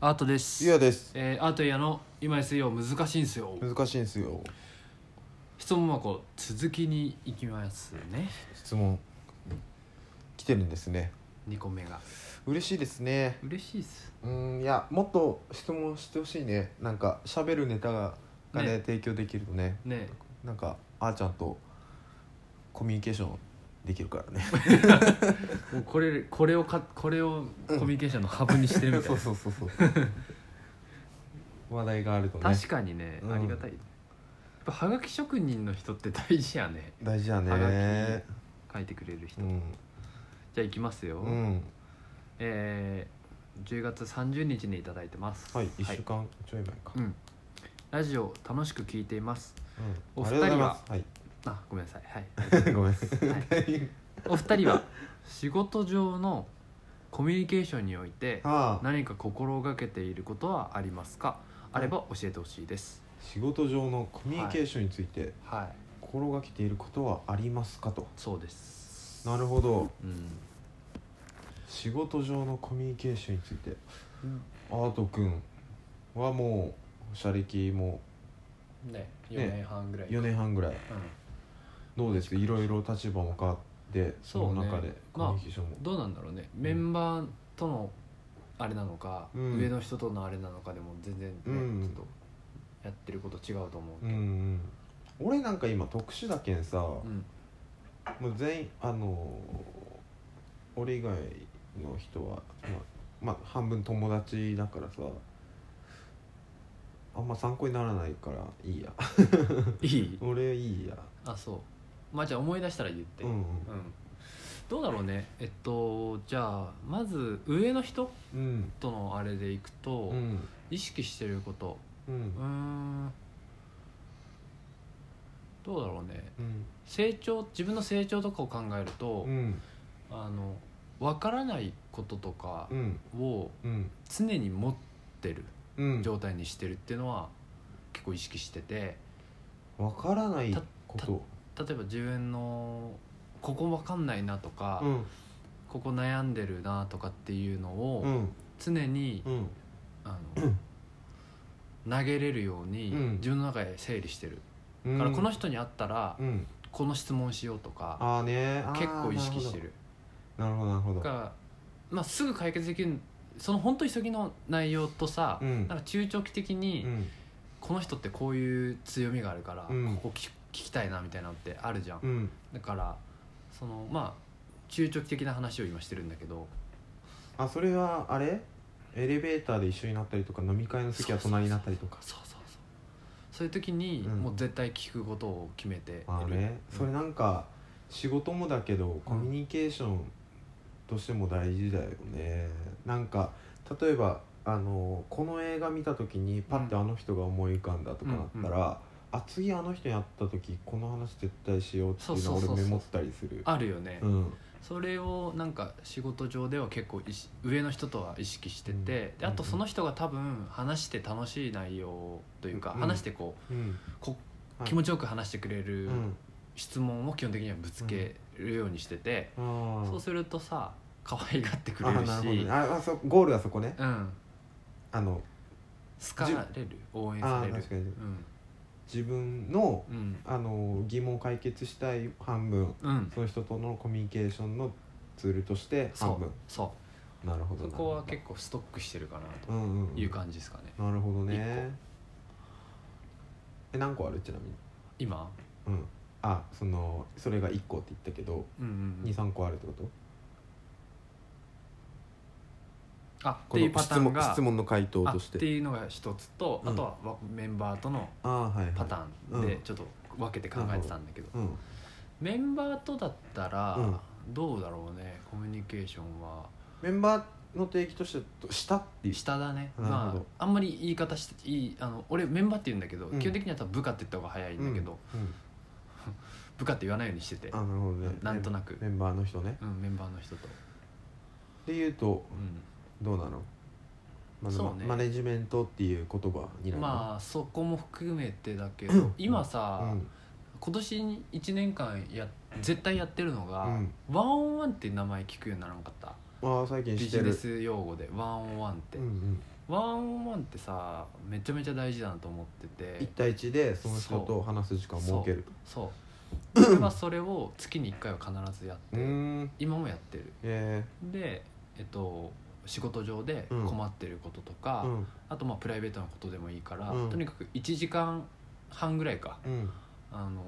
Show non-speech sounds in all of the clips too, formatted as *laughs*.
アートですゆうやですえーアートイヤの今 SEO 難しいんすよ難しいんですよ質問箱続きに行きますね質問来てるんですね2個目が嬉しいですね嬉しいっすうーんいやもっと質問してほしいねなんか喋るネタがねね提供できるとねねなんかあーちゃんとコミュニケーションできるからねもうこれこれをかこれをコミュニケーションのハブにしてるみたいな、*laughs* そうそうそうそう話題があるとね確かにね、うんありがたいやっぱはがき職人の人って大事やね大事だはがね書いてくれる人、うじんゃあ行きますよ、うんえー10月30日にいただいてますはい一週間ちょい前か、うんラジオ楽しく聞いていますうんお二ありがとうご人ざいはますはいあごめんなさいはい *laughs* ごめん。お二人は仕事上のコミュニケーションにおいて *laughs* ああ、何か心がけていることはありますかあれば教えてほしいです仕事上のコミュニケーションについてはい心がけていることはありますかと。そうですなるほど。うん仕事上のコミュニケーションについて。アート君はもう社歴もねね4年半ぐらい4年半ぐらい。うんどうですか。いろいろ立場も変わって、そそうねの中でコミュニケーションも。どうなんだろうねんメンバーとのあれなのかうん上の人とのあれなのかでも全然ねうんちょっとやってること違うと思ううけんうどん。俺なんか今特殊だけんさ、もうんう全員あのー俺以外の人はまあまあ半分友達だからさ。あんま参考にならないからいいやいい俺いいやあそうまあじゃあ思い出したら言ってうんうんどうだろうねえっとじゃあまず上の人うんとのあれでいくと、うん意識してることううーんんどうだろうねうん成長自分の成長とかを考えると、うんあの分からないこととかうんをうん常に持ってるうん状態にしてるっていうのは結構意識しててわからないこと例えば自分のここ分かんないなとか、うんここ悩んでるなとかっていうのを、うん常に、うんあの投げれるように、うん自分の中で整理してる、うんだからこの人に会ったら、うんこの質問しようとかああねあー結構意識してるなるほどなるほどだかなるら、まあ、すぐ解決できるその本当急ぎの内容とさ、うんなんか中長期的に、ほどうんこの人ってこういう強みがあるから、うんここ聞聞きたいなみたいなのってあるじゃん、うんだからそのまあ中長期的な話を今してるんだけどあそれはあれエレベーターで一緒になったりとか飲み会の席は隣になったりとかそうそうそうそういう時に、うんもう絶対聞くことを決めているまあねうんそれなんか仕事もだけどコミュニケーションとしても大事だよねなんか例えばあのこの映画見た時にパッてうあの人が思い浮かんだとかなったら、うんあ次あの人に会った時この話絶対しようっていうのをそうそうそうそう俺メモったりするあるよね、うんそれをなんか仕事上では結構意識上の人とは意識してて、うんであとその人が多分話して楽しい内容というか、うん話してこうんうこはい気持ちよく話してくれうるん質問を基本的にはぶつけるようにしてて、あーそうするとさ可愛がってくあれるなるほどしね、ああそゴールはそこねうん、あの好かれる応援さあれーる確かにうん自分のうんあの疑問を解決したい半分うんその人とのコミュニケーションのツールとしてそ半う分そなるほうどそなこは結構ストックしてるかなうんうんうんという感じですかねなるほどねえ何個あるちなみに今うんあそのそれが1個って言ったけどうんうんうん23個あるってことあっていうパターンこのが質問質問の回答あとっしてていうのが一つと、うんあとはわメンバーとのああはいはいパターンでうんちょっと分けて考えてたんだけど,、うんメンバーとだったらうんどうだろうねコミュニケーションはメンバーの定義としてしたっていう下だねなるほまどああんまり言い方していいあの俺メンバーって言うんだけど、うん基本的には多分部下って言った方が早いんだけど、うんうん部下って言わないようにしてて、あなるほどねなんとなくメンバーの人ねうん、メンバーの人と、で言うとうんどうなのまずそうねマネジメントっていう言葉になるのまあそこも含めてだけど今さ、うん今年1年間や絶対やってるのが、うんワンオンワンって名前聞くようにならなかったああ最近ビしてジネるス用語でワンオンワンって、うんうんワンオンワンってさめちゃめちゃ大事だなと思って一て対一でその人と話す時間を設けるそう俺 *clears throat* はそれを月に1回は必ずやっうてーん今もやってるえでえっと仕事上でうん困ってることとか、ー、うんあとまあプライベートなことでもいいから、うんとにかく1時間半ぐらいかうんあの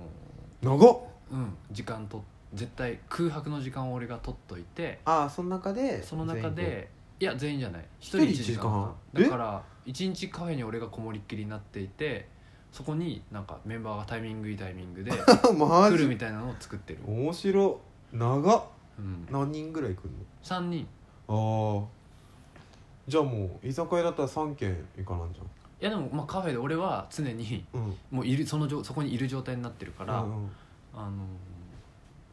長っうん時間と絶対空白の時間を俺が取っといてああその中でその中全員でいや全員じゃない一人人1一時時間間半えだから1日カフェに俺がこもりっきりになっていてそこになんかメンバーがタイミングいいタイミングでと *laughs* マ来るジみたいなのを作ってる、面白い長っうん、何人ぐらい来る3人のああじゃあもう居酒屋だったら3軒行かなんじいやでもまあカフェで俺は常にゃんうんもういるその状そこにいる状態になってるから、うんうんあの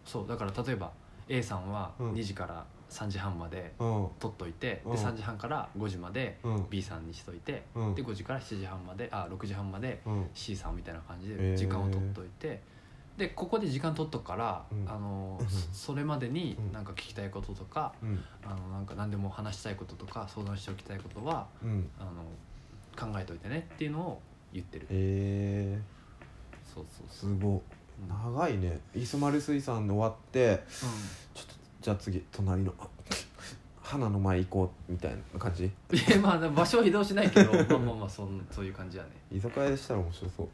そうだから例えば A さんはうん2時から3時半までうん取っといて、うんで3時半から5時までうん、 B さんにしといて、うんで5時から7時半まであ6時半までうん、 C さんみたいな感じへーで時間を取っといて、でここで時間取っとくから、うんあのうんそそれまでにうんなんか聞きたいこととかうん、あのなんか何でも話したいこととか相談しておきたいことはうん、あの考えといてねっていうのを言ってる、えそうそうー、そう、すごいうん長いね磯丸水産の終わってちょっとじゃあ次隣のあ *laughs* 花の前行こうみたいな感じいやまあ場所は移動しないけど *laughs* まあまあまあそんそういう感じやね居酒屋でしたら面白そう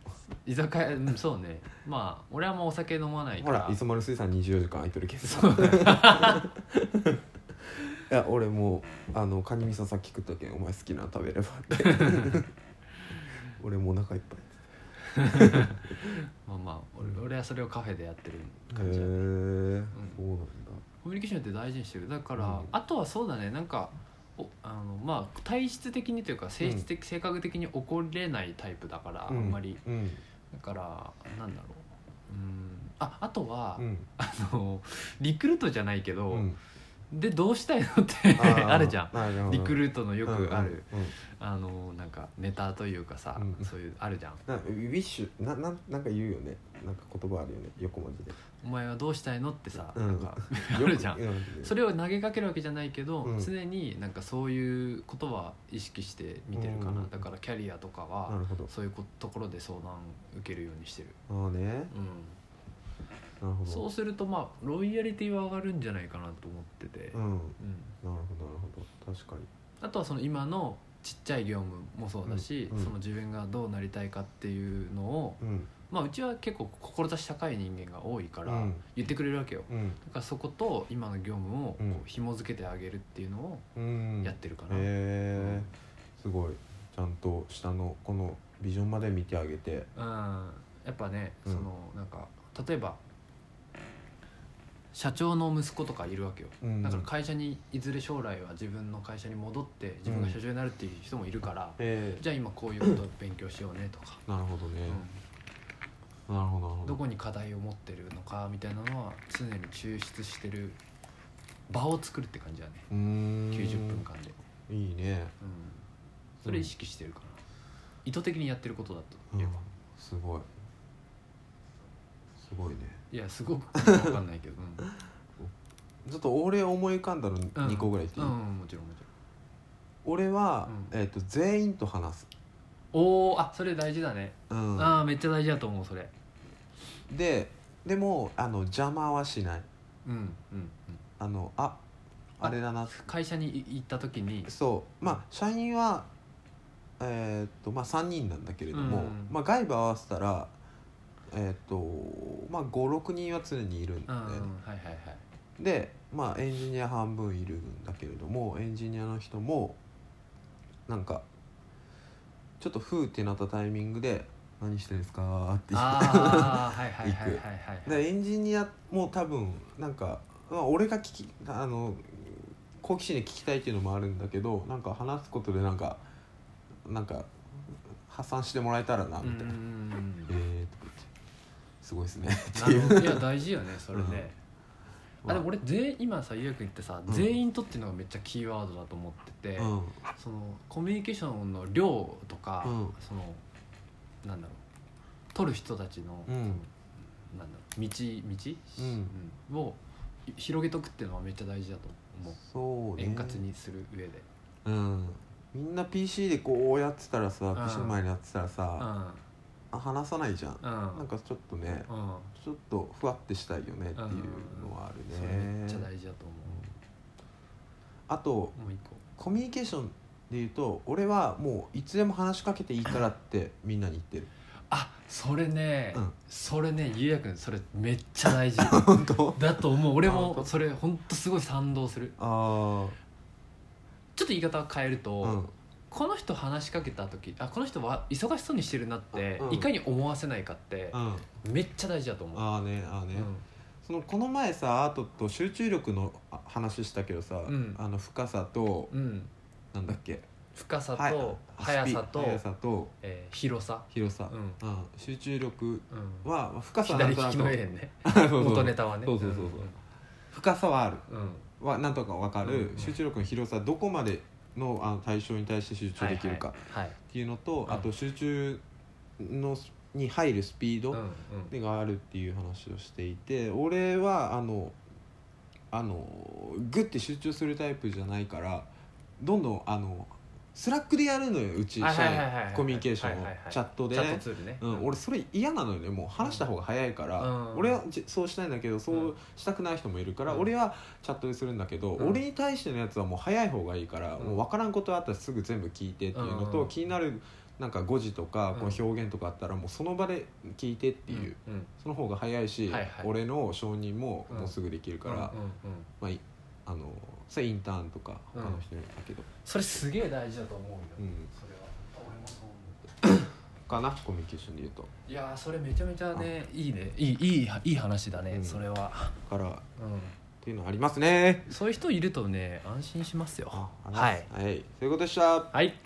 居酒屋うんそうねまあ俺はもうお酒飲まないほからら磯丸水産24時間空いてるけどそう *laughs* いや俺もうあのカニ味噌さっき食ったけんお前好きなの食べればって *laughs* 俺もうお腹いっぱいまあまあ俺俺はそれをカフェでやってるへえ感じやねそうなんだコミュニケーションって大事にしてるだから、うんあとはそうだねなんかおあのまあ体質的にというか性質的、性格的に怒れないタイプだから、あんまりうんだからなんだろううんああとは、うんあのリクルートじゃないけど、うんでどうしたいのってあー *laughs* あるじゃんなるほどリクルートのようんうんくある、うんあのなんかネタというかさ、うんそういうあるじゃんなウィッシュななんなんか言うよねなんか言葉あるよね横文字でお前はどうしたいのってさ、うんなんか *laughs* あるじゃん、よくうんそれを投げかけるわけじゃないけど、うん常になんかそういうことは意識して見てるかな、うんだからキャリアとかなはるほどそういうこところで相談受けるようにしてる、ああねなるうほどん、そうするとまあロイヤリティは上がるんじゃないかなと思ってて、うんなうるんほどなるほど確かにあとはその今のちっちゃい業務もそうだし、うんうんその自分がどうなりたいかっていうのを、うんまあ、うちは結構志高い人間が多いからうん言ってくれるわけよ、うんだからそこと今の業務をこうんう紐付けてあげるっていうのをうんやってるかな、へえすごいちゃんと下のこのビジョンまで見てあげてうん、やっぱね、うんそのなんか例えば社長の息子とかいるわけようんだから会社にいずれ将来は自分の会社に戻って自分が社長になるっていう人もいるから、ええじゃあ今こういうことを勉強しようねとか、なるほどねうなるほどなるほん、どこに課題を持ってるのかみたいなのは常に抽出してる場を作るって感じだねうーん90分間で、いいねうん、それ意識してるかな、意図的にやってることだとうん言えば、すごいすごいねいやすごく分かんないけど、 *laughs* ちょっと俺思い浮かんだのうん、 2個ぐらい言っていい、うん、うんもちろんもち俺は、うえー、と全員と話す、ろんおおあそれ大事だね、うんああめっちゃ大事だと思うそれででもあの邪魔はしないうんうん、うん、あのああれだな会社に行った時にそうまあ社員はえっ、とまあ3人なんだけれども、うんまあ、外部合わせたらえっ、とまあ56人は常にいるんうだん、うよん、はね、いはいはいでまあエンジニア半分いるんだけれどもエンジニアの人もなんかちょっとふーってなったタイミングで「何してるんですか?」って言ってああはいはいはいはいはいはいでエンジニアも多分なんか、まあ、俺が聞きあの好奇心で聞きたいっていうのもあるんだけどなんか話すことでなんかなんか破産してもらえたらなうみんたいな「えー」とか言って「すごいですね」なっているうほどいや大事よねそれね、うんあでも俺全員今さゆうやくん言ってさ、うん全員とっていうのがめっちゃキーワードだと思ってて、うんそのコミュニケーションの量とか、うんそのなんだろう取る人たちの,、うそんのなんだろう道道、うんうんをい広げとくっていうのはめっちゃ大事だと思うそうね円滑にする上で、うんみんな PC でこうやってたらさ、ん PC の前にやってたらうんさ、あ話さないじゃん、うんなんかちょっとねうんちょっとふわってしたいよねっていうのはあるそれねめ、っちゃ大事だと思あとうもう一個コミュニケーションで言うと俺はもういつでも話しかけていいからってみんなに言ってるあそれね、うん *laughs* それねゆうやくんそれめっちゃ大事本当だと思う俺 *laughs* あ本も当それほんとすごい賛同するあちょっと言い方変えると、あうんこの人話しかけた時あこの人は忙しそうにしてるなって、うんいかに思わせないかってうんめっちゃ大事だと思う、ああねああね、そのこの前さアートと集中力のあ話したけどさ、うんあの深さとうん、うんなんだっけ深さはいとあ速さスピと速、さとえー広さ、広さう、んうん集中力うん、はまあ深さはな左んと利なきくのエレンね *laughs* そうそう元ネタはねそうそうそう深さはあるうんうんはなんとかわかる、うん集中力の広さどこまでのあの対象に対して集中できるかっはい、はいていうのと、うんあと集中のすに入るスピード、うんうんがあるっていう話をしていて俺はあのあのグッて集中するタイプじゃないからどんどんあのスラックでやるのようち社はいはいはいはい員コミュニケーションをはいはいはいチャットでチャットツールね、うん、俺それ嫌なのよねもう話した方が早いから、うん俺はじそうしたいんだけどそううんしたくない人もいるから、うん俺はチャットでするんだけど、うん俺に対してのやつはもう早い方がいいから、うんもう分からんことあったらすぐ全部聞いてっていうのと、うん気になるなんか誤字とうかんこの表現とかあったらもうその場で聞いてっていう、うんうんその方が早いし、はいはい俺の承認もうんもうすぐできるから、うんうんうんまあい、あのそれインターンとか他の人にだけど、それすげえ大事だと思うよ、うんそれは俺もそう思うかなコミュニケーションで言うと。いやーそれめちゃめちゃねいいねいいいいいい話だね、うんそれは、だからっうていうのありますね。ん、そういう人いるとね安心しますよあありはがいとうございますはい、そういうことでした。はい